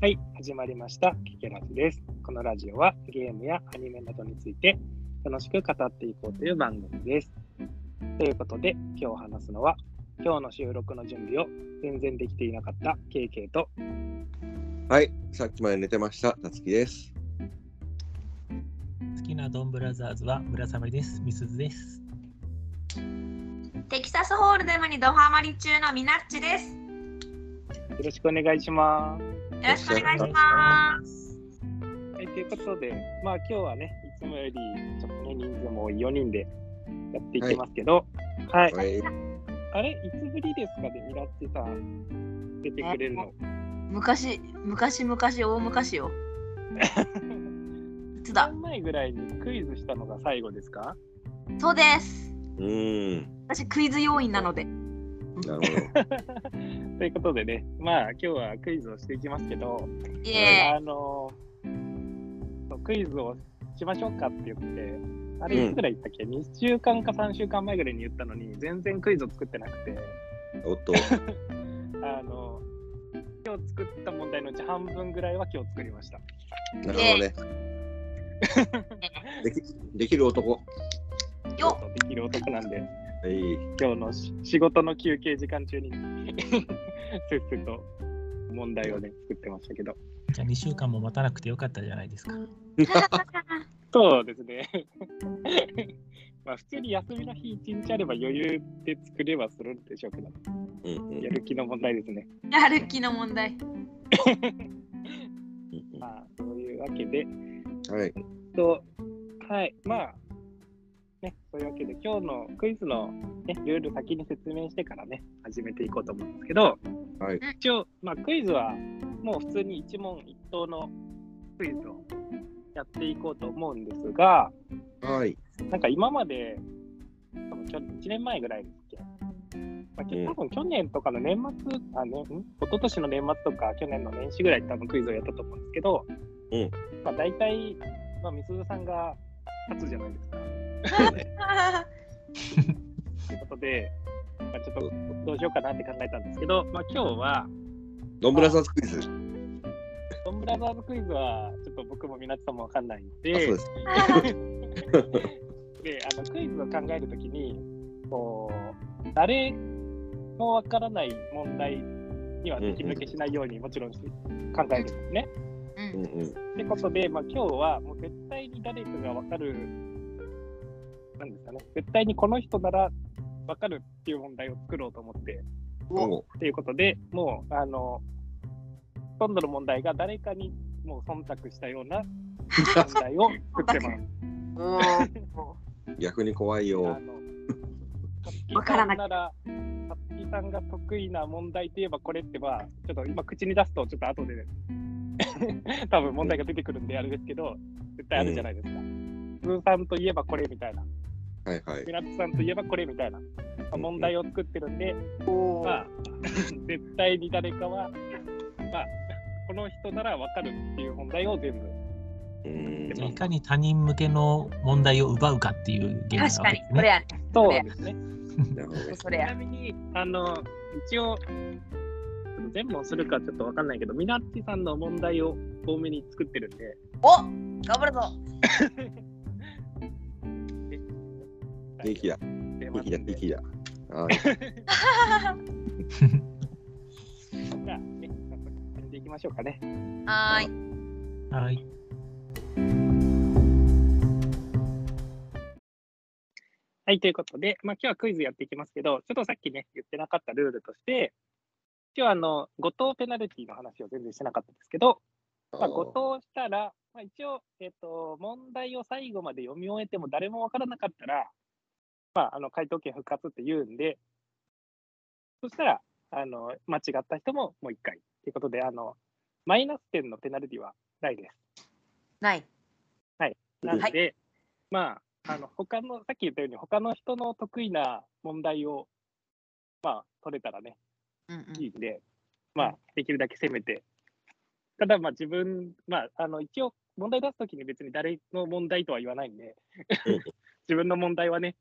はい、始まりました。キケラジです。このラジオはゲームやアニメなどについて楽しく語っていこうという番組です。ということで、今日話すのは、今日の収録の準備を全然できていなかった KK と、はい、さっきまで寝てました、たつきです。好きなドンブラザーズは村様です。みすずです。テキサスホールデムにドハマり中のミナッチです。よよろしくお願いします。ろしくお願いします。はい、ということで、まあ今日はね、いつもよりちょっとね、人数も多い4人でやっていきますけど、はい、はい、あれ、いつぶりですかで、ミラッチさん出てくれるの。昔昔昔大昔よい何つだ年前ぐらいにクイズしたのが最後ですかそうですうーん、私クイズ要員なのでなるほということでね、まあ今日はクイズをしていきますけど、イエあのそうクイズをしましょうかって言って、あれいつぐらい言ったっけ、2週間か3週間前ぐらいに言ったのに、全然クイズを作ってなくて、ど。おっと、あの今日作った問題のうち半分ぐらいは今日作りました。なるほどね。できできる男。ーよっできる男なんで、はい、今日のし仕事の休憩時間中に せっせと問題をね作ってましたけど。じゃあ2週間も待たなくてよかったじゃないですか。そうですね。 まあ普通に休みの日一日あれば余裕で作ればするんでしょうけど、うんうんやる気の問題ですね。やる気の問題うんまあそういうわけで、うんはい、と、はい、まあ、ね、そういうわけで今日のクイズの、ね、ルール先に説明してからね、始めていこうと思うんですけど、はい一応、まあクイズはもう普通に一問一答のクイズをやっていこうと思うんですが、はい、なんか今まで、多分去1年前ぐらいですっけ、まあ、うん結多分去年とかの年末、あね、ん一昨年の年末とか去年の年始ぐらいに多分クイズをやったと思うんですけど、うんまあ、大体、まあ、みすずさんが勝つじゃないですか。そうねということで、まあ、ちょっとどうしようかなって考えたんですけど、まあ、今日は、ドンブラザーズクイズ。あ、ドンブラザーズクイズは、ちょっと僕もみなちさんもわかんないんそうでで、す。であのクイズを考えるときにこう誰もわからない問題には引き抜けしないようにもちろんし考えるんですね。うんうんうん、ってことで、まあ、今日はもう絶対に誰かがわかるなんですかね絶対にこの人ならわかるっていう問題を作ろうと思っておうということでもうあのほとんどの問題が誰かにもう忖度したような問題を作ってます。おー逆に怖あいよ。の、わからなたつきさんなら、たつきさんが得意な問題といえばこれってば、ちょっと今口に出すと、ちょっと後で、 多分問題が出てくるんであれですけど、絶対あるじゃないですか。ズーさんといえばこれみたいな、はいはいみ。なつさんといえばこれみたいな、まあ問題を作ってるんで、まあ、 絶対に誰かは、まあ、この人ならわかるっていう問題を全部。うーじゃあいん、かに他人向けの問題を奪うかっていうゲーム確なかわけそうですね。にそれやねですね。なるほどねそれちなやみに、あの、一応、全問するかちょっとわかんないけど、みなっちさんの問題を多めに作ってるんで、お頑張るぞ元気だ、出ま元すん気だ、で元気だ。はい、じゃあ、ね、早速やっていきましょうかね。はーいはい。はい、ということで、まあ、今日はクイズやっていきますけど、ちょっとさっきね、言ってなかったルールとして、今日はあの、誤答ペナルティの話を全然してなかったですけど、まあ、誤答したら、まあ、一応、えっと、問題を最後まで読み終えても誰もわからなかったら、まあ、あの回答権復活って言うんで、そしたら、あの間違った人ももう一回ということであの、マイナス点のペナルティはないです。ないなのはで、まあ、あの他の、さっき言ったように、他の人の得意な問題を、まあ、取れたらね、うんうんいいんで、まあ、できるだけ攻めて、ただ、まあ、自分、まあ、あの一応、問題出すときに別に誰の問題とは言わないんでうん、 自分の問題はね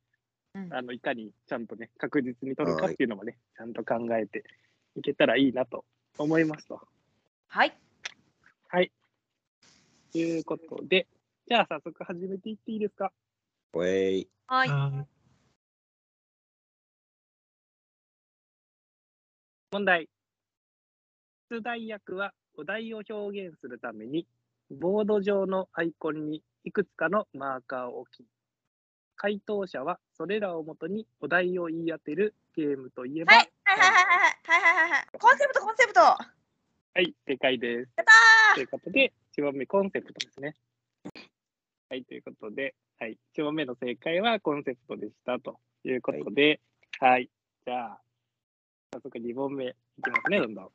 うん、あのいかにちゃんとね、確実に取るかっていうのもね、ちゃんと考えていけたらいいなと思いますと。はいはい。ということで、じゃあ早速始めていっていいですかおえい。はい。はい問題。出題役はお題を表現するために、ボード上のアイコンにいくつかのマーカーを置き、回答者はそれらをもとにお題を言い当てるゲームといえば、はいはいはいはいはいはいはいはい。コンセプトコンセプト。はい、正解です。ということで、1問目コンセプトですね。はい、ということで、はい、1問目の正解はコンセプトでしたということで、はい、じゃあ、早速2問目いきますね、どんどん。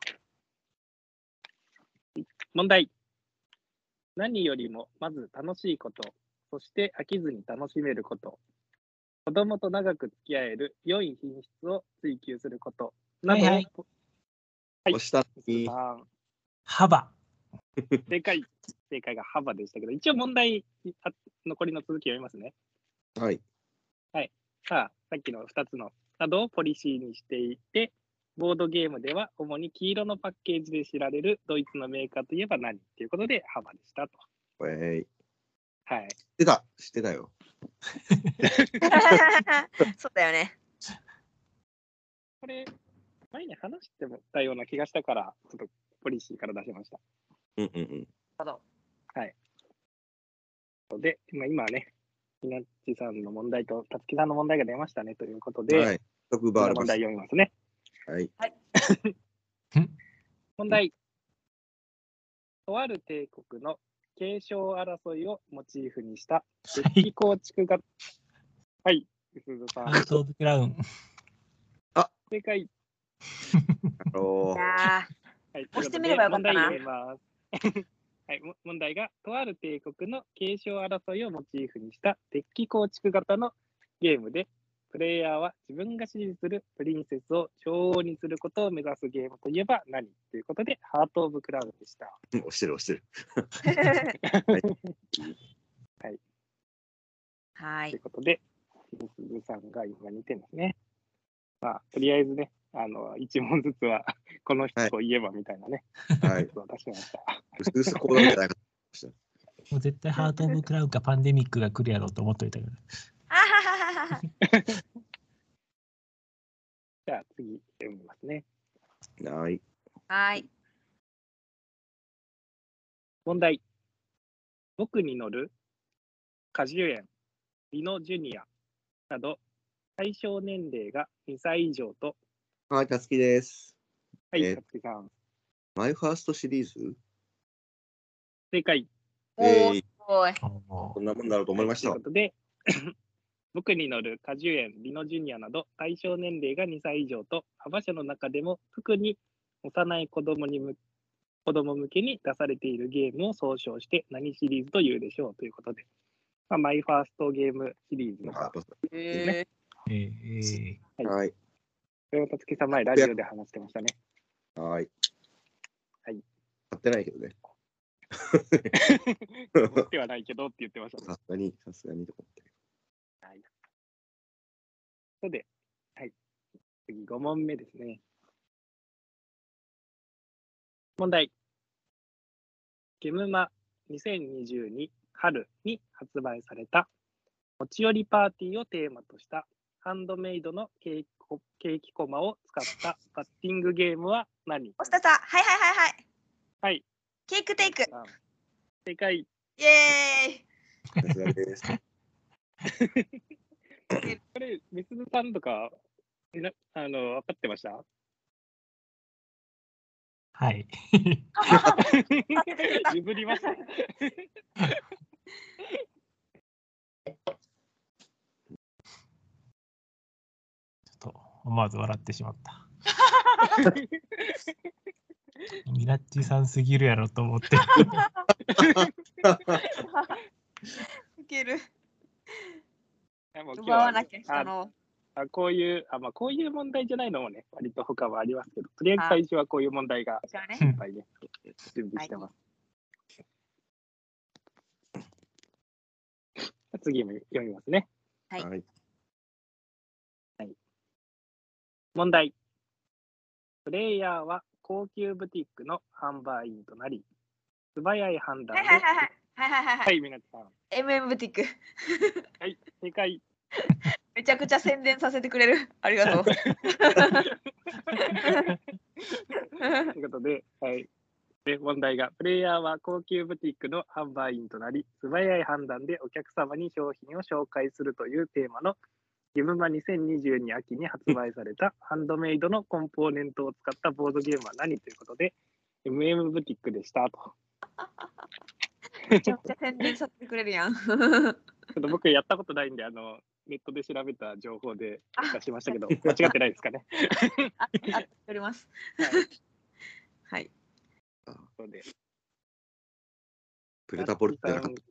問題。何よりもまず楽しいこと、そして飽きずに楽しめること、子供と長く付き合える良い品質を追求することなどを、はいはいはい押した鈴木いさん幅。正解、正解が幅でしたけど、一応問題、あ残りの続きを読みますね。はい。さあ、さっきの2つのなどをポリシーにしていて、ボードゲームでは主に黄色のパッケージで知られるドイツのメーカーといえば何ということで、幅でしたと。おえい。はい。知ってた。知ってたよ。 そうだよね。これ、前に話してもたような気がしたから、ちょっとポリシーから出しました。うんうんうん。で、今今はね、ひなっちさんの問題とたつきさんの問題が出ましたねということで、はい。得奪われま問し題読みますね。た。はい。問題。とある帝国の継承争いをモチーフにしたは非い。構築が。はい、すずさアんウ。ト・オブ・クラウン。正解。あのいやはい、押してみればよかったなということで問題読みますはい、も問題が、とある帝国の継承争いをモチーフにしたデッキ構築型のゲームで、プレイヤーは自分が支持するプリンセスを女王にすることを目指すゲームといえば何ということで、ハート・オブ・クラウンでした。ー押してる押 してる。ーはい。はとい。いうことで、すずさんが今2点ですね。まあ、とりあえずね、あの、1問ずつは、 この人と言えばみたいなね、はい。やつを出しました。うすうすこうなんじゃないか。もう絶対ハート・オブ・クラウンかパンデミックが来るやろうと思っといたけど。あはははは。じゃあ、次、読みますね。はい。はい。問題。僕に乗る果樹園、リノジュニアなど、対象年齢が2歳以上と、はい、たつきです。はい、えかつきさん、マイファーストシリーズ正解。おえお、ーすごい。おこーんなもんだろうと思いましたという。ことで、 僕に乗る果樹園、リノジュニアなど対象年齢が2歳以上と、幅社の中でも特に幼い子供にむ子供向けに出されているゲームを総称して何シリーズというでしょうということで、まあ、マイファーストゲームシリーズとあか、ポスええーえタはい。それもたつきさん前ラジオで話してまし たね。はい。はい買ってないけ どね。持ってはないけどって言ってましたね。さすがに、さすがにと思って。ということで、はい、次5問目ですね。問題。ゲムマ2022春に発売された持ち寄りパーティーをテーマとしたハンドメイドのケーキこケーキコマを使ったパッティングゲームは何おしたさん、はいはいはいはい。はい。ケークテイク。あ正解。イ エさすがです。これ、みすずさんとか、みなあの、分かってましたはい。ーイ。 譲りました。ちょっと思わず笑ってしま った。ミラッチさんすぎるやろと思って。いける。でも今日奪はわなきゃ人の。あこういうあ、まあ、こういう問題じゃないのもね、割と他はありますけど、とりあえず最初はこういう問題がじゃあねう。んいっぱいね、準備してます。次も読みますね。はいはい。問題。プレイヤーは高級ブティックの販売員となり、素早い判断はでいはいはいはい。はいはいはいは。はいい、みなさん。 MM ブティック。正解。めちゃくちゃ宣伝させてくれる。ありが とう。ということで、はい。で、問題が、プレイヤーは高級ブティックの販売員となり、素早い判断でお客様に商品を紹介するというテーマの、ギブマ2022秋に発売されたハンドメイドのコンポーネントを使ったボードゲームは何ということで、MM ブティックでしたと。めちゃくちゃ宣伝させてくれるやん。ちょっと僕やったことないんで、あの、ネットで調べた情報で出しま したけど、間違ってないですかね。あ、あ、おります。はい。そう でプレタポルってなかった。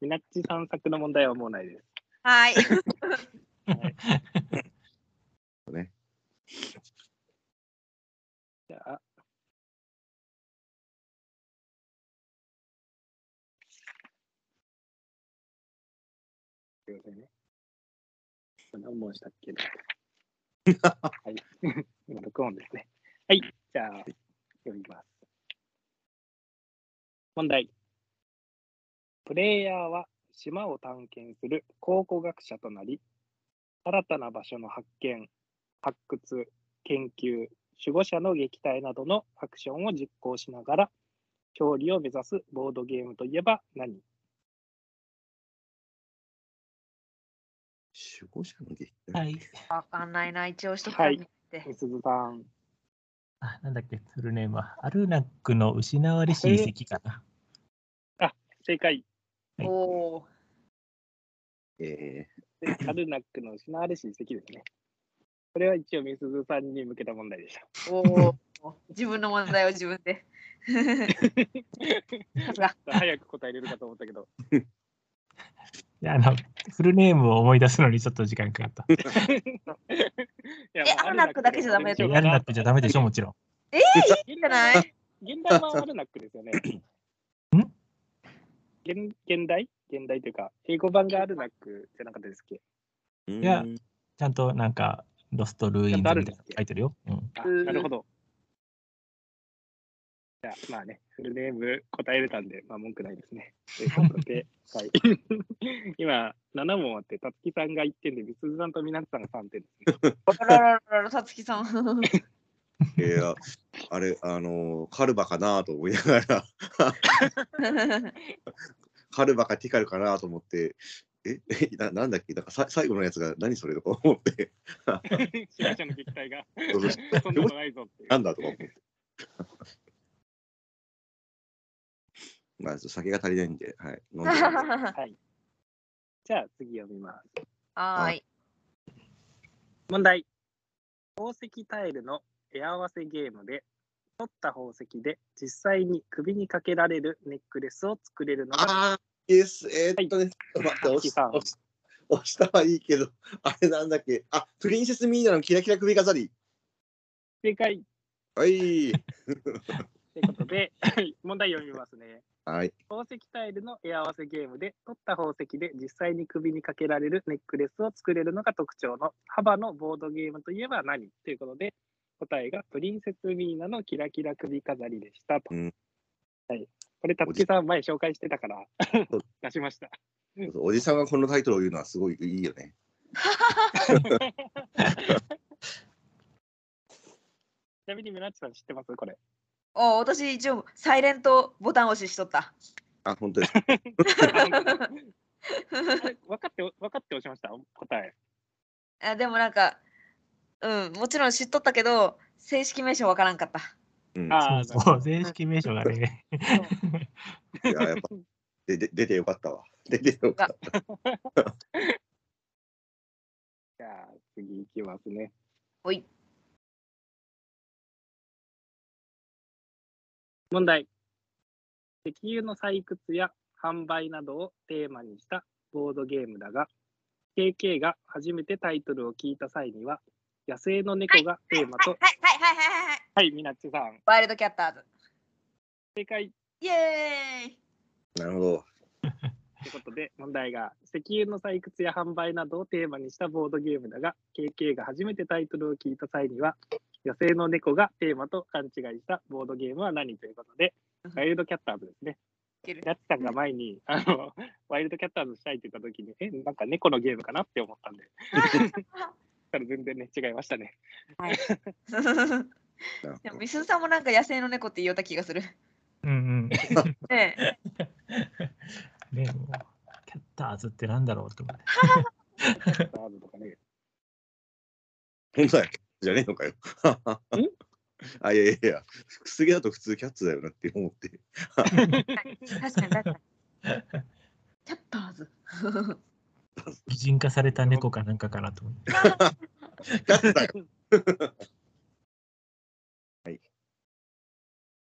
ミナッチさん作の問題はもうないです。はい。じゃあ。すいませんね。何問したっけなはい。 今録音ですね。はい。じゃあ、読みます。問題。プレイヤーは島を探検する考古学者となり、新たな場所の発見、発掘、研究、守護者の撃退などのアクションを実行しながら、勝利を目指すボードゲームといえば何守護者の劇団。はい。わかんないな、一応しとくはいみすずさん。あ、なんだっけ、フルネームは。アルナックの失われし遺跡かな。正解。はいおお。えでアルナックの失われし遺跡ですね。これは一応みすずさんに向けた問題でした。おお。自分の問題を自分で。さすが。 早く答えれるかと思ったけど。いやあの、フルネームを思い出すのにちょっと時間かか った。いええアルナックだけじゃダメやアルナックじゃダメでしょ、もちろん。ええー、いいんじゃない。現代版はアルナックですよね。現現代現代というか、英語版がアルナックじゃなかったですっけー、いやうーんちゃんとなんか、ロストルーインズみたいなの書いてるよ。うん。あうんなるほど。じゃあ、まあね、フルネーム答えれたんで、まあ文句ないです ね。ということで、はい、今、7問あって、たつきさんが1点で、みすずさんとみなつさんが3点です、ね。あらららら、さつきさん。いや、あれ、あのーカルバかなと思いながら、カルバかティカルかなと思って、え、 えななんだっけ、なんかさ最後のやつが何それとか思って、 視聴者の撃退が、そうそうそんなことないぞっていうなんだとか思って。 まあ、ちょっと酒が足りないんで、はい。 飲んでみますははい。じゃあ、次読みます。ーい。問題。宝石タイルの絵合わせゲームで、取った宝石で実際に首にかけられるネックレスを作れるのが、ああ、イエス、えーっとね、待って、あ押キしさん押し押したはいいけど、あれなんだっけ、あ、プリンセスミーナのキラキラ首飾り。正解はい。ということで、はい問題読みますね。はい。宝石タイルの絵合わせゲームで取った宝石で実際に首にかけられるネックレスを作れるのが特徴の幅のボードゲームといえば何ということで答えがプリンセスミーナのキラキラ首飾りでしたと、うんはい、これたつきさん前紹介してたから 出しましたおじさんがこのタイトルを言うのはすごいいいよね。ちなみにみなっちさん知ってますこれおー私一応サイレントボタン押ししとった。あ、本当ですか。分かって分かって押しました答えあでもなんか、うん、もちろん知っとったけど、正式名称わからんかった。うん、いああそうそう、正式名称が ね。や、やっぱ、で、で、出てよかったわ。出てよかった。じゃあ次いきますねおい。問題。石油の採掘や販売などをテーマにしたボードゲームだが、KK が初めてタイトルを聞いた際には、野生の猫がテーマはいと、 はいはいはいはい。はい、みなっちさん、ワイルドキャッターズ。正解イエーイなるほど。ということで、問題が、石油の採掘や販売などをテーマにしたボードゲームだが、KK が初めてタイトルを聞いた際には、野生の猫がテーマと勘違いしたボードゲームは何ということで、ワイルドキャッターズですね。けるナッチさんが前に、あの、ワイルドキャッターズしたいって言った時に、え、なんか猫のゲームかなって思ったんで。たら全然ね、違いましたね。 でも、みすずさんもなんか野生の猫って言おうた気 がする。うんねえ。うん。ねもうキャッターズってなんだろうと思って。キャッターズとかね。本当や、じゃねえのかよ。 あ、いやいやいや、すげだと普通キャッツだよなって思って。確かに、確かに。キャッターズ。擬人化された猫かなんかかなと思って。キャッツだよ。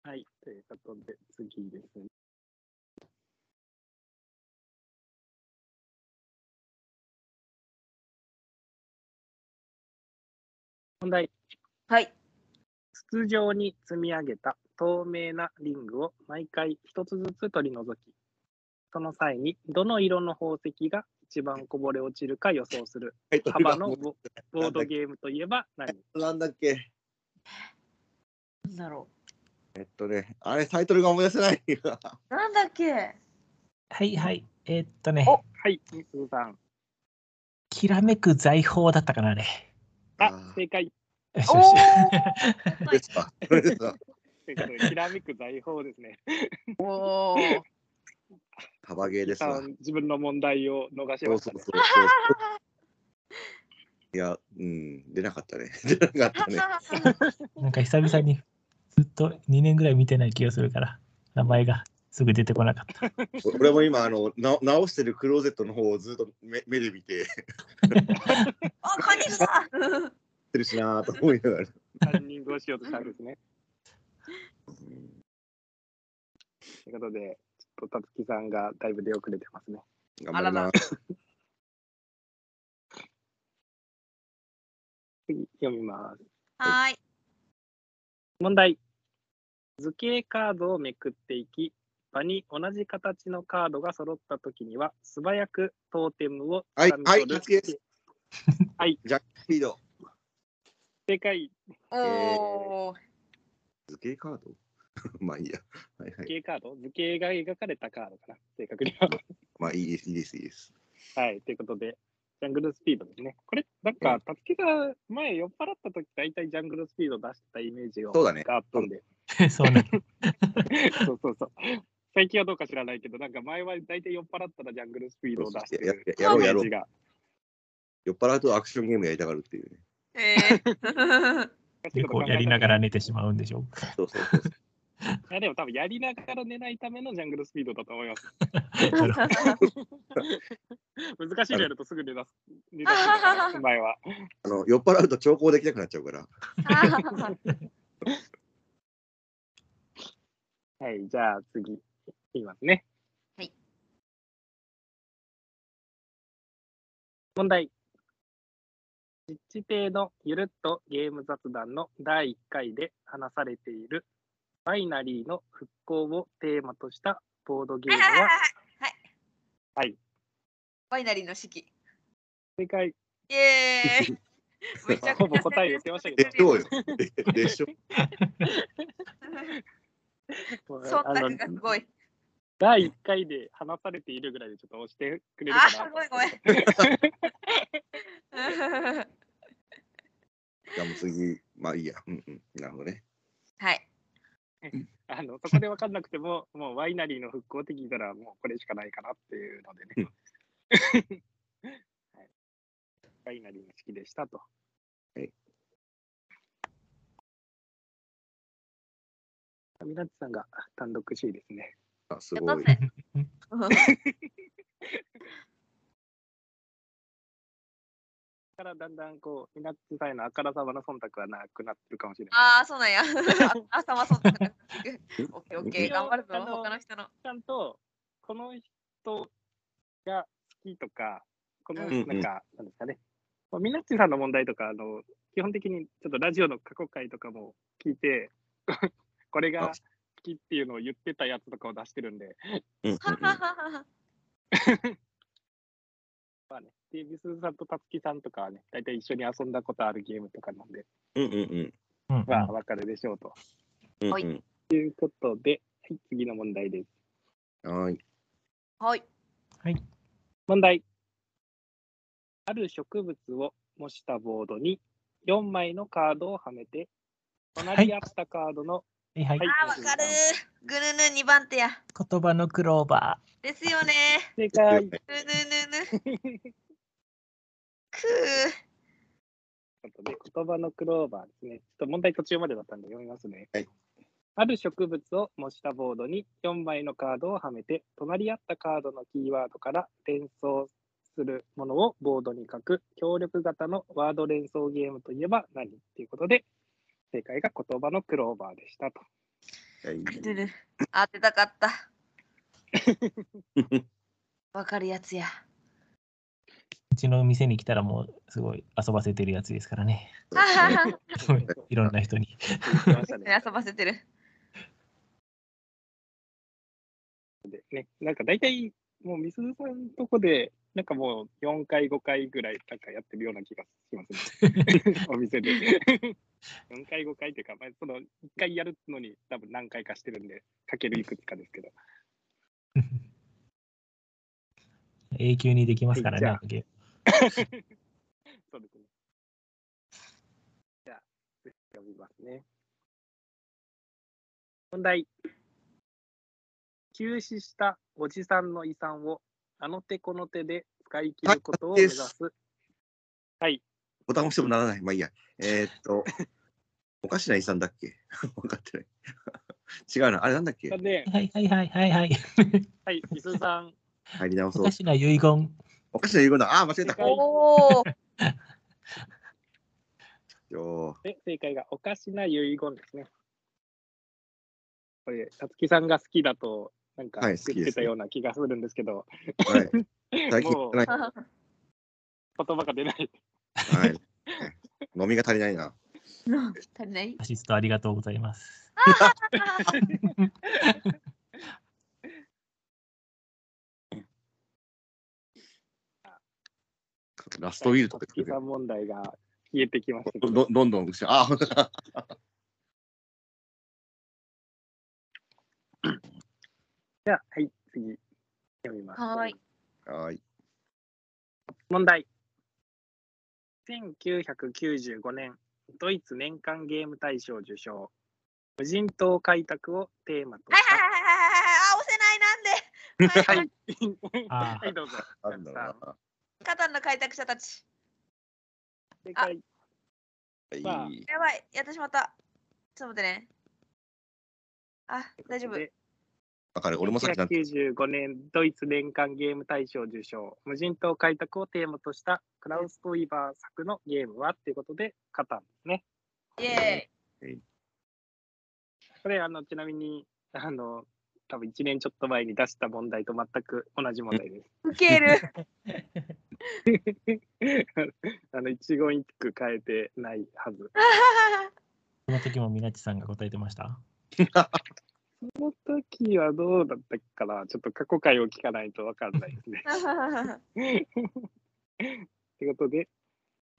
はい、ということで、次ですね。問題。はい。筒状に積み上げた透明なリングを毎回一つずつ取り除き、その際にどの色の宝石が一番こぼれ落ちるか予想す る幅のボボードゲームといえば何なんだっけ。なんだろえっとね、あれ、タイトルが思い出せない。う。なんだっけ。はいはい。えーっとね、おはい、みすずさん。きらめく財宝だったかな、あれ。あ、正解。よしおよしこ れですか。これですか。ということで、きらめく財宝ですね。お。おお。幅ゲーですさわ。ん自分の問題を逃しそまうしたそうねそう。そういや、うん、出なかったね。 出なかったね。なんか久々にずっと2年ぐらい見てない気がするから、名前がすぐ出てこなかった。俺も今、あの、な直してるクローゼットの方をずっと目目で見て、やっお、こんにちは。てるしなーと思いながら。ランニングをしようとしたんですね。ということで、ちょっとたつきさんがだいぶ出遅れてますね。頑張ります。次、読みます。はーい。問題。図形カードをめくっていき、場に同じ形のカードが揃ったときには、素早くトーテムをはい、掴みはい、取る夏木です。はい。ジャックフィード。正解、おお。図形カード まあいいや。はいは図い。形カード、図形が描かれたカードかな、正確に は。まあいいです、いいです、いいです。はい、ということで、ジャングルスピードですね。これ、なんか、たつきが前酔っ払った時大体ジャングルスピード出してたイメージがそうだねがあったんで、 そうね。そうそうそう。最近はどうか知らないけど、なんか前は大体酔っ払ったらジャングルスピードを出してるイやややろうメやろーうジが。酔っ払うとアクションゲームやりたがるっていうね。えー猫をやりながら寝てしまうんでしょそうそうそう。いやでも多分やりながら寝ないためのジャングルスピードだと思います。う。なるほど難しいのやるとすぐ寝出す。寝出すから前は。あの酔っ払うと調校できなくなっちゃうから。はい、じゃあ次、いきますね。はい。問題。実地亭のゆるっとゲーム雑談の第1回で話されているバイナリーの復興をテーマとしたボードゲームはバイナリーの式。正解、イエ ーイ。めちゃくちゃほぼ答え言ってましたけでどしょうよ。ででしょ。もう 忖あの度がすごい。第1回で話されているぐらいでちょっと押してくれるあかなー、ごめんごめ ん。じゃあもう次、まあいいや。うんうん。なるほどね。はい。あのそこで分かんなくても、 もうワイナリーの復興って聞いたら、もうこれしかないかなっていうのでね。 はい、ワイナリーの式でしたと。はい。ミラッチさんが単独 C ですね。あ、すやごい。ったぜ。だからだんだんこう、ミラッチさんへのあからさまな忖度はなくなってるかもしれない。ああ、そうなんや。あ朝はそうなんだ。オッケーオッケー。一応頑張るぞ、あの他の人の。ちゃんと、この人が好きとか、この、うなんんうんか、なんですかね。まあ、みなっちさんの問題とか、あの、基本的にちょっとラジオの過去回とかも聞いて、 これが好きっていうのを言ってたやつとかを出してるんで、うんうんうんで、みすずさんとたつきさんとかはね、大体一緒に遊んだことあるゲームとかなんで、うんうんうんうんまあ、わかるでしょうと。うんはういん。ということで、はい、次の問題です。はーい。はい。問題。ある植物を模したボードに4枚のカードをはめて、は隣いり合ったカードの、はいはい。はいあー、わかるー。ぐぬぬ二番手や。言葉のクローバですよね正解。ー。ぬぬぬぬ。くちょっとね、言葉のクローバーですね。ちょっと問題途中までだったんで読みますね。はいある植物を模したボードに4枚のカードをはめて、隣り合ったカードのキーワードから連想するものをボードに書く協力型のワード連想ゲームといえば何ということで、正解が言葉のクローバーでしたと。はいー。ぬぬ。当てたかった。わかるやつや。ー。うちの店に来たらもうすごい遊ばせてるやつですからね。はははは。いろんな人に。 言ってましたね遊ばせてる。ね、なんか大体、もうみすずさんとこで、なんかもう4回、5回ぐらい、なんかやってるような気がしますね。お店で。4回、5回っていうか、まあ、その1回やるのに多分何回かしてるんで、かけるいくつかですけど。永久にできますからね、はいあのゲームそうですね。じゃあ、読みますね。問題。急死したおじさんの遺産をあの手この手で使い切ることを目指す。ボタン押してもならない。まあいいや。えーっと、おかしな遺産だっけ分かってない。違うな。あれなんだっけなんで、はいはいはいはいはい。はい、みすずさん。入り直おそうか。しな遺言。おかしな言うことだ。ああ、間違えた。はいおお。よーで、正解がおかしな遺言ですね。これ、さつきさんが好きだと、なんかは言いっ好きですてたような気がするんですけど、はい。最近言ってない。言葉が出ない。はい。飲みが足りないな。 足りないアシストありがとうございます。ラストウィルとさかつきさん問題が消えてきましたけどどどんどん後ろ。ああ、ほんとだ。じゃあ、はい、次、読みます。はい。はーい。問題。1995年、ドイツ年間ゲーム大賞受賞。無人島開拓をテーマとはいはいはいはいはした。いはいあ押せないなんで、はいはい、あーはい、どうぞ。なんだろうな。カタンの開拓者たち正解。まあはい。やばいやってしまったちょっと待ってねあ大丈夫でわかる。俺もさっきなんて。 1995年ドイツ年間ゲーム大賞受賞無人島開拓をテーマとしたクラウス・トイバー作のゲームはっていうことでカタンですね。イエこれあのちなみにあの多分1年ちょっと前に出した問題と全く同じ問題です。 ーイウケるあの一言一句変えてないはず。その時もみなちさんが答えてました。その時はどうだったかなちょっと過去回を聞かないと分かんないですね。 ということで、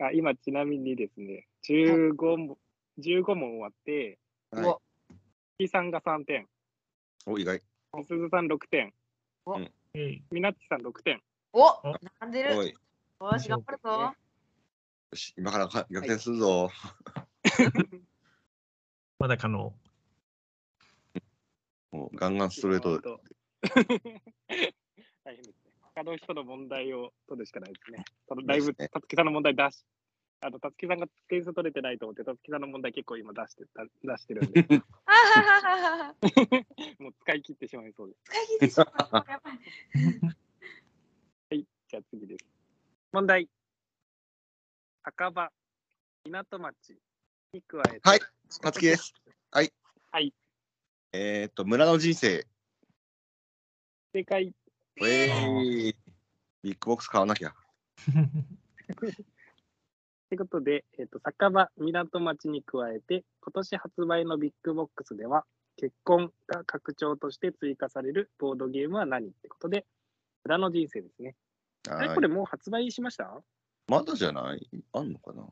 あ今ちなみにですね、15問 ,15 問終わって、 はいうわ木さんが3点、お、意外。みすずさん6点、えみなっちさん6点。 お並んでるおよい。し頑張るぞよし今からか逆転するぞ。まだ可 能。もうガンガンストレ ートで。と。大変ですね。他の人の問題を取るしかないですね。そのだいそぶうですねたつきさんの問題出し、あのたつきさんが点数取れてないと思って、たつきさんの問題結構今出してた出してるんで、あははははもう使い切ってしまいそうです。使い切ってしまったやばいじゃあ次です。問題。酒場、港町に加えて。はい勝木です。はい。はい。えーっと、村の人生。正解。ウェーイビッグボックス買わなきゃ。ということで、えっと酒場港町に加えて、今年発売のビッグボックスでは、結婚が拡張として追加されるボードゲームは何ってことで、裏の人生ですね。あれ、はこれいもう発売しましたまだじゃないあんのかな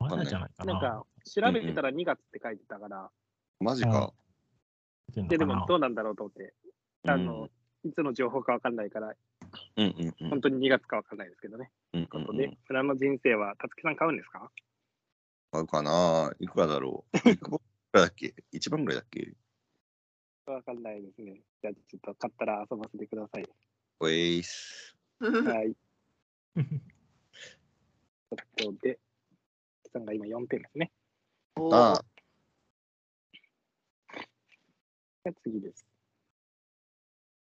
まだじゃないかなんな。か、調べてたら2月って書いてたから、マジか。てるで、でのかもなどうなんだろうと思って、あの、いつの情報かわかんないから、うんうんうん本当に2月かわかんないですけどね。うんというこうとんうでん、村の人生は、たつきさん買うんですか買うかないくらだろ ういくらだっけ ?1 万ぐらいだっけわかんないですね。じゃあ、ちょっと買ったら遊ばせてくだ さい。おいーす。はい。ということで、たつきさんが今4点ですね。おあーあ、じゃあ次です。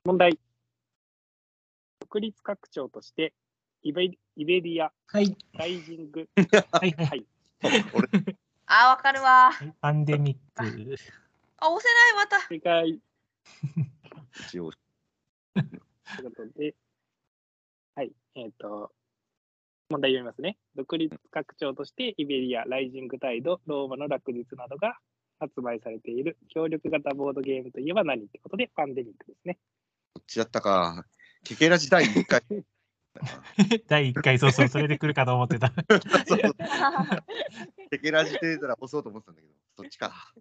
問題。独立拡張として、イベイベリア・はい。ライジングはいはいはい。俺、あー、わかるわ。パンデミッ ク。あ、押せない、また。世界一応、ということで、はい、えっ、と、問題読みますね。独立拡張として、イベリア、ライジングタイド、ローマの落日などが発売されている協力型ボードゲームといえば何ってことで、パンデミックですね。こっちだったか。ケケラ時代一回。第1回、そうそう、それで来るかと思ってた。そうそうケケラ時代なら押そうと思ってたんだけど、そっちか。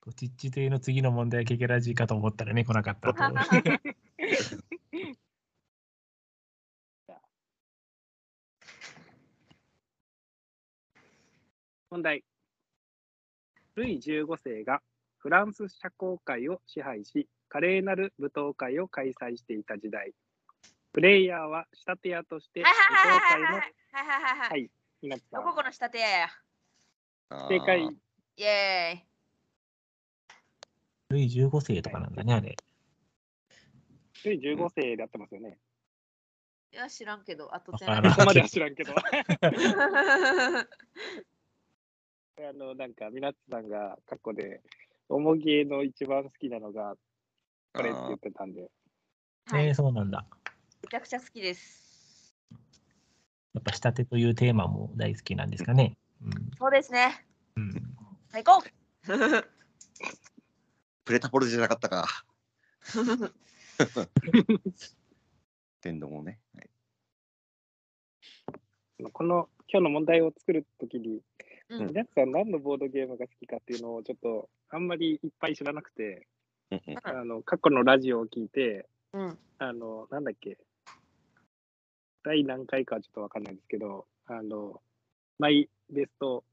こちっち亭の次の問題はケケラジーかと思ったらね、来なかった と。問題。ルイ15世がフランス社交界を支配し、華麗なる舞踏会を開催していた時代、プレイヤーは仕立て屋として舞踏はいはい会はいはのいはい はいはいははいい。になっどこた。この仕立てや。 正解。イェーイ。ルイ15世とかなんだね、あれ。ルイ15世であってますよね。いや、知らんけど、後手わなかこらこまんでは知らんけど。 あの、なんか、みなっちさんが過去で、おもげの一番好きなのが、これって言ってたんで、はいえーめそうなんだ。ちゃくちゃ好きです。やっぱ仕立てというテーマも大好きなんですかね。うんそうですね。うん、最高。プレタポルじゃなかったか。天丼をね。はいこの、今日の問題を作るときに、うみんなっちさん何のボードゲームが好きかっていうのを、ちょっと、あんまりいっぱい知らなくて、うんうんあの、過去のラジオを聞いて、うんあの、なんだっけ、第何回かはちょっとわかんないですけど、あの、マイベスト、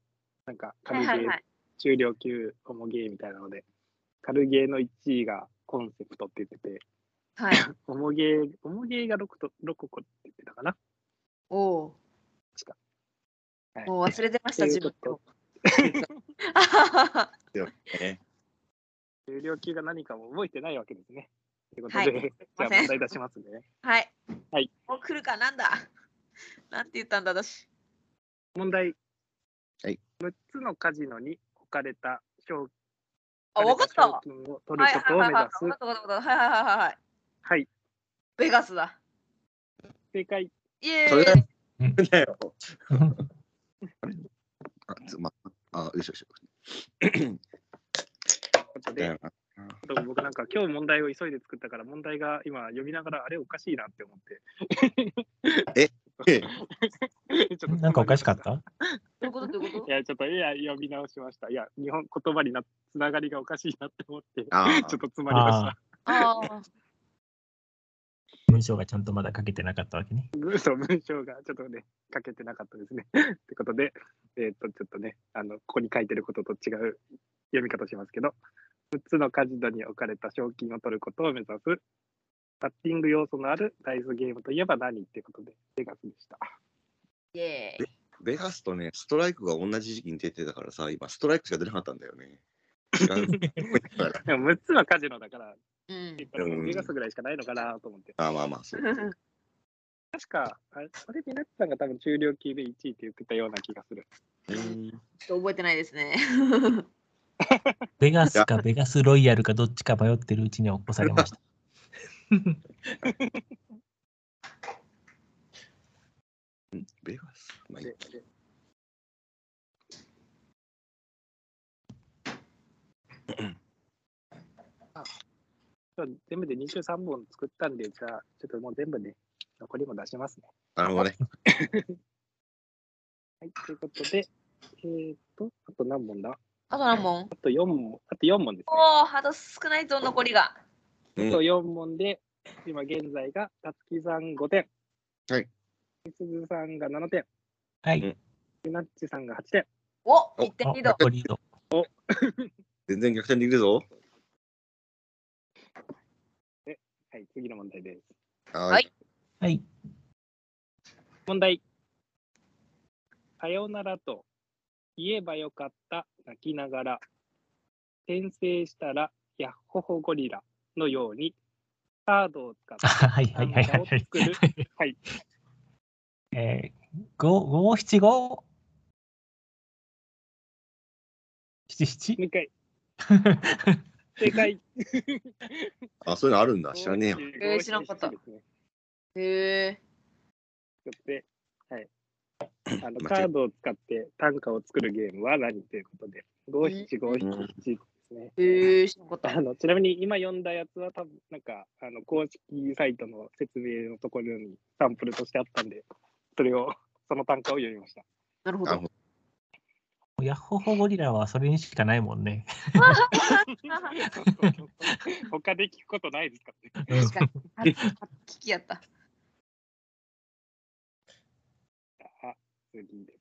なんか、は神いゲはいーはい。中量級おもゲーみたいなので、軽ゲーの1位がコンセプトって言ってて、はい。 おもゲー、おもゲーが6と6個って言ってたかな。おお確かはいー。もう忘れてました、とい自うこ分との。あはははね重量級が何かも覚えてないわけですね。ということで、はい じゃあす問題いません出しますね。 はい。はい。もう来るか、なんだ。 なんて言ったんだ、私。問題。はい6つのカジノに置かれた賞あ、わかった。置かれた賞金を取ることを目指はいはいはいはすいわかっ。たわかったわかったはいはいはいはい。はい。ベガスだ。正解。イエーイ。それだよ。だよ。うんあ、つま、あ、よいしょよいしょ。ということだでよなちょっと僕なんか今日問題を急いで作ったから問題が今読みながらあれおかしいなって思って。 えちょっとなんかおかしかったどういうことどういうこいや、ちょっと、いや、読み直しました。いや、日本言葉にな、つながりがおかしいなって思って、ちょあっーと詰まりましああた。とああ。文章がちゃんとまだ書けてなかったわけね。文章、文章がちょっとね、書けてなかったですね。 ってことで、えーっと、ちょっとね、あの、ここに書いてることと違う読み方しますけど、6つのカジノに置かれた賞金を取ることを目指す、バッティング要素のあるダイスゲームといえば何ってことで、ベガスでした。 イエーイ。ベガスとね、ストライクが同じ時期に出てたからさ、今、ストライクしか出なかったんだよね。違う でも6つはカジノだから、うん。うんベガスぐらいしかないのかなと思って。あ、まあまあ、そう。確か、あれ、それでナッツさんが多分中量級で1位って言ってたような気がする。うんちょっと覚えてないですね。ベガスかベガスロイヤルかどっちか迷ってるうちに起こされま した。うんベガス。まあいいであそう全部で23本作ったんで、じゃあ、ちょっともう全部ね、残りも出しますね。なるほどね。 はい、ということで、えっ、ー、と、あと何本だあと何問あと4問、あと4問ですね。おお、あと少ないぞ、残りが。うんあと4問で、今現在が、たつきさん5点。はい。すずさんが7点。はい。なっちさんが8点。お一点リーあド。残りリード。全然逆転できるぞ。はい、次の問題です。ははいい。はい。問題。さよならと言えばよかった泣きながら転生したらヤッホホゴリラのようにカードを使ってあはいはいはい漫は画をい作る。はい。えー、五五七五七もう七一回。正解。あ、そういうのあるんだ。知らねえよ。えー知らんかったそうですねへえ。作ってはい。あの間違えたカードを使って短歌を作るゲームは何ということで、五七五七七ですね。へえ、知らなかったあ。のちなみに今読んだやつは多分なんかあの公式サイトの説明のところにサンプルとしてあったんでそれをその単価を読みました。 なるほなるほど。どヤッホホゴリラはそれにしかないもんね。 他で聞くことないですかって。うん確かに。聞きやった。あ次です。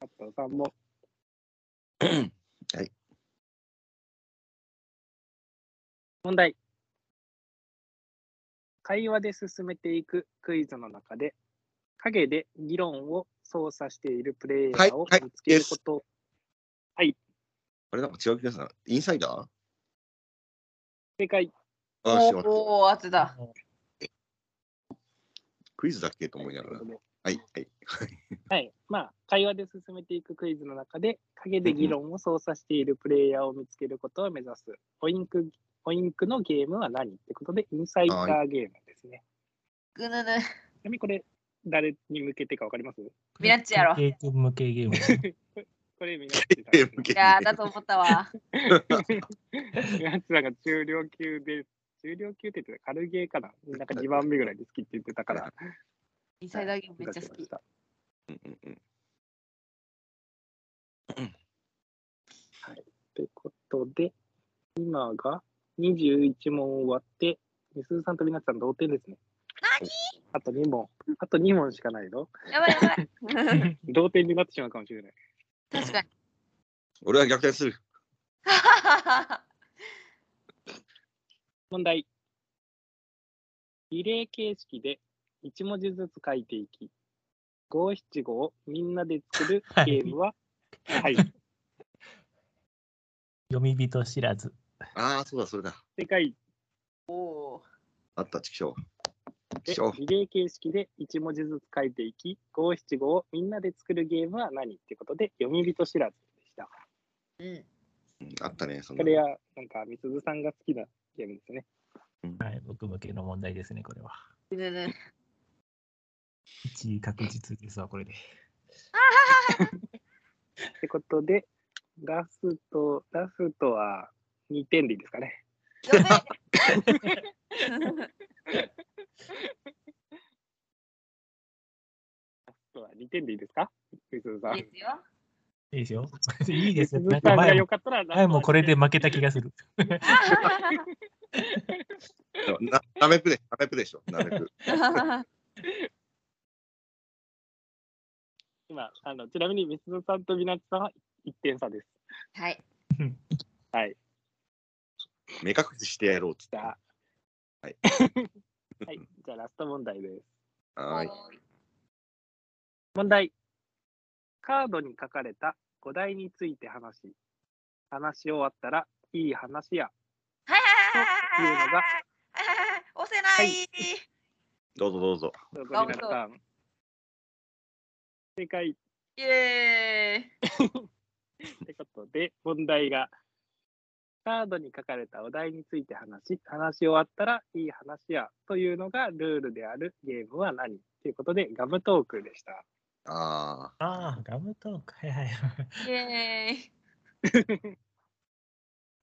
あとさんも はい。問題。会話で進めていくクイズの中で影で議論を操作しているプレイヤーをはいはい見つけること。あれなんか違う気がするな。インサイダーあ正解。ー、しまった。おおー、当てだ。クイズだっけと思いながら。はい。はい。はいはい、まあ会話で進めていくクイズの中で影で議論を操作しているプレイヤーを見つけることを目指すポインクポインクのゲームは何ってことでインサイダーゲームですね。ぐぬぬ。ちなみにこれ誰に向けてかわかりますミラッチや ろ経験向けゲーム。これ皆さん知らないでゲすームゲいやーー、だと思ったわ。やつらが中量級で、中量級って言ってた軽ゲーかななんか2番目ぐらいで好きって言ってたから。インサイダーゲームめっちゃ出し好ましき。たム。うんうんうんということで、今が21問終わって、みすずさんとみなさん同点ですね。何あと2問。あと2問しかないのやばい やばい。同点になってしまうかもしれない。確かに。 俺は逆転する。問題。リレー形式で1文字ずつ書いていき、五七五をみんなで作るゲームは、はい、 読み人知らず。ああ、そうだ、それだ。世界あった、ちくしょう。でちくしょう。リレー形式で1文字ずつ書いていき、五七五をみんなで作るゲームは何ってことで、読み人知らずでした。うん。うんあったね、そんこなれは、なんか、みすずさんが好きなゲームですね。はい、僕向けの問題ですね、これは。ぐぬ ぬ。 1位確実ですわ、これで。ってことで、ラスト、ラストは2点でいいですかね。やべえ。ラストは2点でいいですかみすずさん。いいです よ。いいですよ。いいですよ。みすなずさんかんが前よもかったら、前もこれでラス負けた気がする。ななめくで、なめくでしょ。なめく。トは今あの、ちなみにみすずさんとみなつさんは1点差です。はい。目隠ししてやろうっ つっじて。ゃあ、はい。 はい、じゃあラスト問題です。はーい。問題。カードに書かれた5題について話し、話し終わったらいい話や、はいというのが押せない、どうぞどうぞ。どうぞなる皆ほどさん。正解イエーイ。ってことで、問題が、カードに書かれたお題について話し、話し終わったらいい話や、というのがルールであるゲームは何ということで、ガムトークでした。ああ。ああ、ガムトーク。はいはい。イエーイ。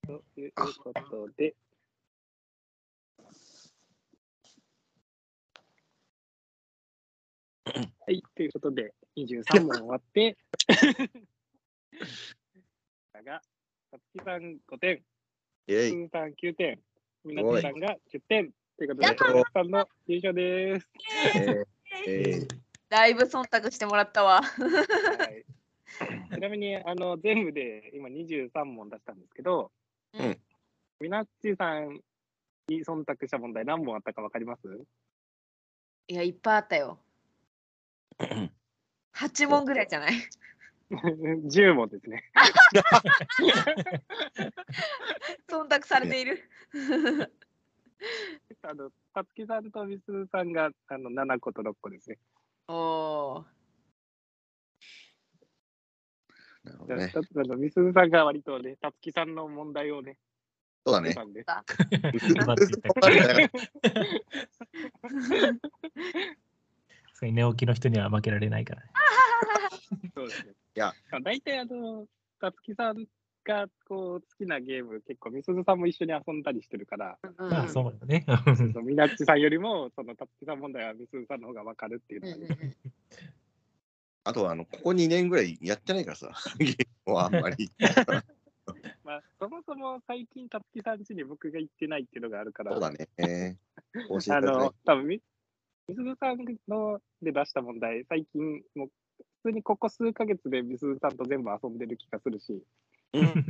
ということで、はい、ということで、23問終わって、が、さつきさん5点、えすい。ずさん9点、みなつさんが10点。ということで、やった佐藤さんの優勝です。えーえーだいぶ忖度してもらったわ。はいちなみにあの全部で今23問出したんですけど、うんみなっちさんに忖度した問題何問あったか分かります いや、いっぱいあっ たよ。8問ぐらいじゃない ?10 問ですね。忖度されている。あのさつきさんとみすずさんがあの7個と6個ですね。おおなるほだどね。だあのみすずさんが割とね、さつきさんの問題をね、そうだ出ねた。んで、うまくいったかそういう寝起きの人には負けられないからね。そうですね。いやあの、大体あの、さつきさんがこう好きなゲーム、結構みすずさんも一緒に遊んだりしてるから、ー。うんうんまあ、そうだね。そうそうみなっちさんよりも、そのたつきさん問題はみすずさんの方が分かるっていううのんがね、うん あとは、あの、ここ2年ぐらいやってないからさ、ゲームはあんまり。まあ、そもそも最近、たつきさん家に僕が行って ないっていうのがあるから、そうだね。更新さあれてないの、多分み、みすずさんので出した問題、最近、もう、普通にここ数ヶ月でみすずさんと全部遊んでる気がするし、うん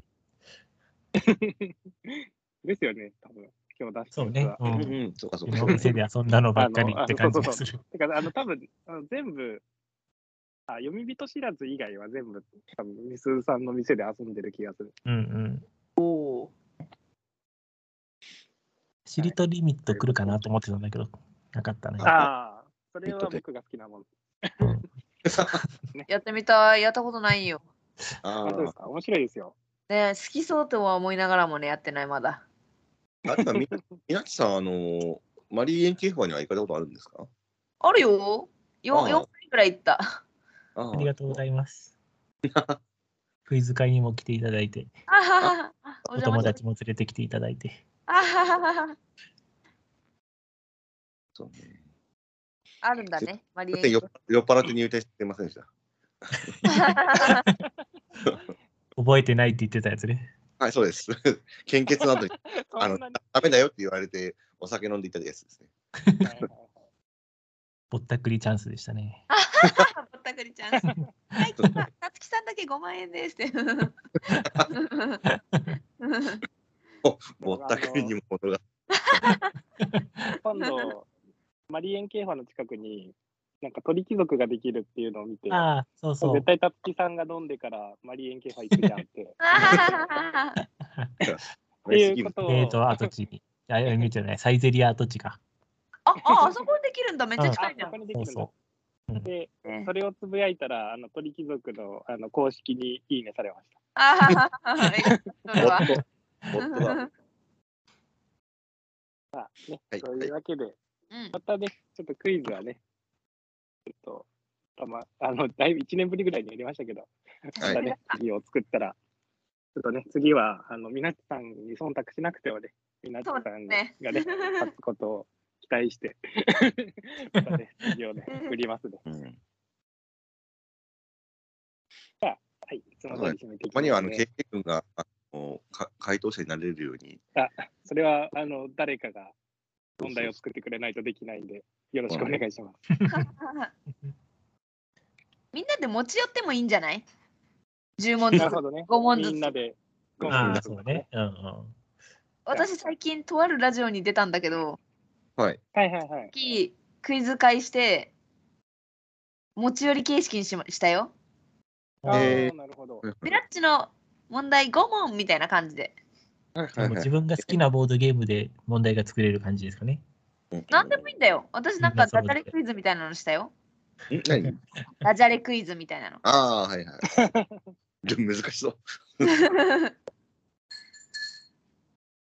ですよね、多分今日出したそうやつねは。。ううんん。うん、そうかそうか。お店で遊んだのばっかりって感じがする。てか、あの、多分あの全部、あ読み人知らず以外は全部、多分みすずさんの店で遊んでる気がする。うんうん。おーしりとリミット来るかなと思ってたんだけど、なかったね。ああ、それは僕が好きなもの。 やってみたい。やったことないよ。ああ、そうですか、面白いですよ。ね好きそうとは思いながらもね、やってないまだ。あ。あとはみ、みなっちさん、あの、マリーエンキエファには行かれたことあるんですかあるよ。あよー4回ぐらい行った。あありがとうございます。クイズ会にも来ていただいて、あはははおお邪友魔しまし達も連れてきていただいて。たあはははそうね。あるんだね、マリだっエてン酔っ酔っ払って入店してませんでした。覚えてないって言ってたやつね。はい、そうです。 献 血の後に、あのそんなに、ダメだよって言われて、お酒飲んでいたやつですね。はいはいはいぼったくりチャンスでしたね。ぼったくりちゃん。はい、来たたつきさんだけ5万円ですって。ぼったくりにも程が。今 度、マリエン競馬の近くに、なんか鳥貴族ができるっていうのを見て、ああ、そうそう絶。対たつきさんが飲んでからマリエン競馬行くじゃんっ て。っあ てれいうことを、デート跡地に。あ、いや見てない。サイゼリア跡地か。あ、あ、あそこにできるんだ、めっちゃ近あいじゃそんこ。にできそるうんだそで、ねそれをつぶやいたら、あの鳥貴族のあの公式にいいねされました。あはははえそれは夫。夫だ。はいというわけで、うんまたね、ちょっとクイズはね、ちょっと、たま、あの、だいぶ1年ぶりぐらいにやりましたけど、またね、次を作ったら、ちょっとね、次は、あの、みなっちさんに忖度しなくてもね、みなっちさんがね、そう勝ですねつことを期待 して、またね、次をね、作りますね。うん。はい、いつも通り締めていき他には、あの、ねケイ君が、あの、か回答者になれるように。それは、あの、誰かが問題を作ってくれないとできないんで、よろしくお願いします。みんなで持ち寄ってもいいんじゃない10問ずなるつほど ね。 5問ずみんなつで。う。ああ、そうね。うんうん。私最近とあるラジオに出たんだけどはい。はいはいはい。さっきクイズ会して持ち寄り形式にしましたよああえなるほど。ベラッチの問題5問みたいな感じではいでも自分が好きなボードゲームで問題が作れる感じですかね。何でもいいんだよ私なんかみんなダ揃ジえャてレクイズみたいなのしたよん何ダジャレクイズみたいなのああ、はいはい。でも難しそう。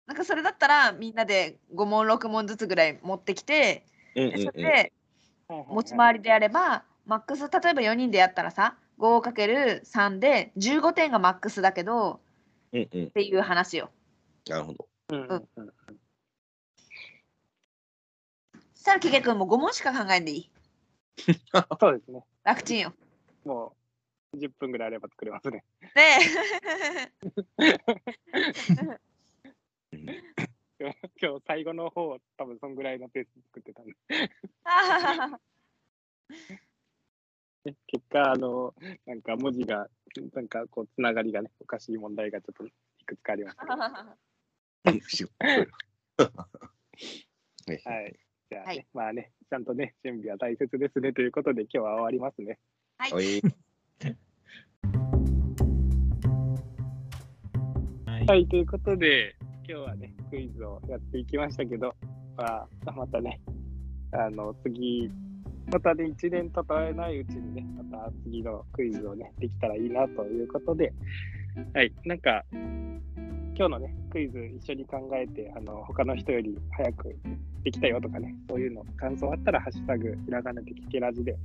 なんかそれだったらみんなで5問6問ずつぐらい持ってきてうんうんでそれうん。で持ち回りでやればマックス例えば4人でやったらさ 5×3 で15点がマックスだけどうんうんっ。ていう話よなるほど。り。うんうんうんそしたらキケ君も5問しか考えんでいいそうですね。楽ちんよもう10分ぐらいあれば作れますね。ね 今日最後の方、多分そんぐらいのペースで作ってたんで。結果、あの、なんか文字が、なんかこう、つながりがね、おかしい問題がちょっといくつかありましたけど。は仕事はいい。じゃあね、はいまあね、ちゃんとね、準備は大切ですねということで、今日は終わりますね。はい。はいはいはい、ということで、今日はね、クイズをやっていきましたけど、まあ、またね、あの、次、またね、1年経たないうちにね、また次のクイズをね、できたらいいなということで、はい、なんか、今日のね、クイズ一緒に考えて、あの、他の人より早くできたよとかね、そういうの、感想あったら、ハッシュタグ、ひらがなで聞けラジで、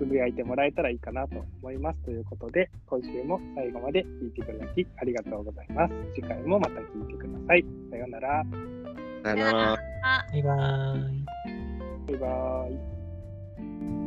つぶやいてもらえたらいいかなと思います。ということで、今週も最後まで聞いてくださりありがとうございます。次回もまた聞いてください。さようなら。さよなら。バイバーイ。バイバイ。バイ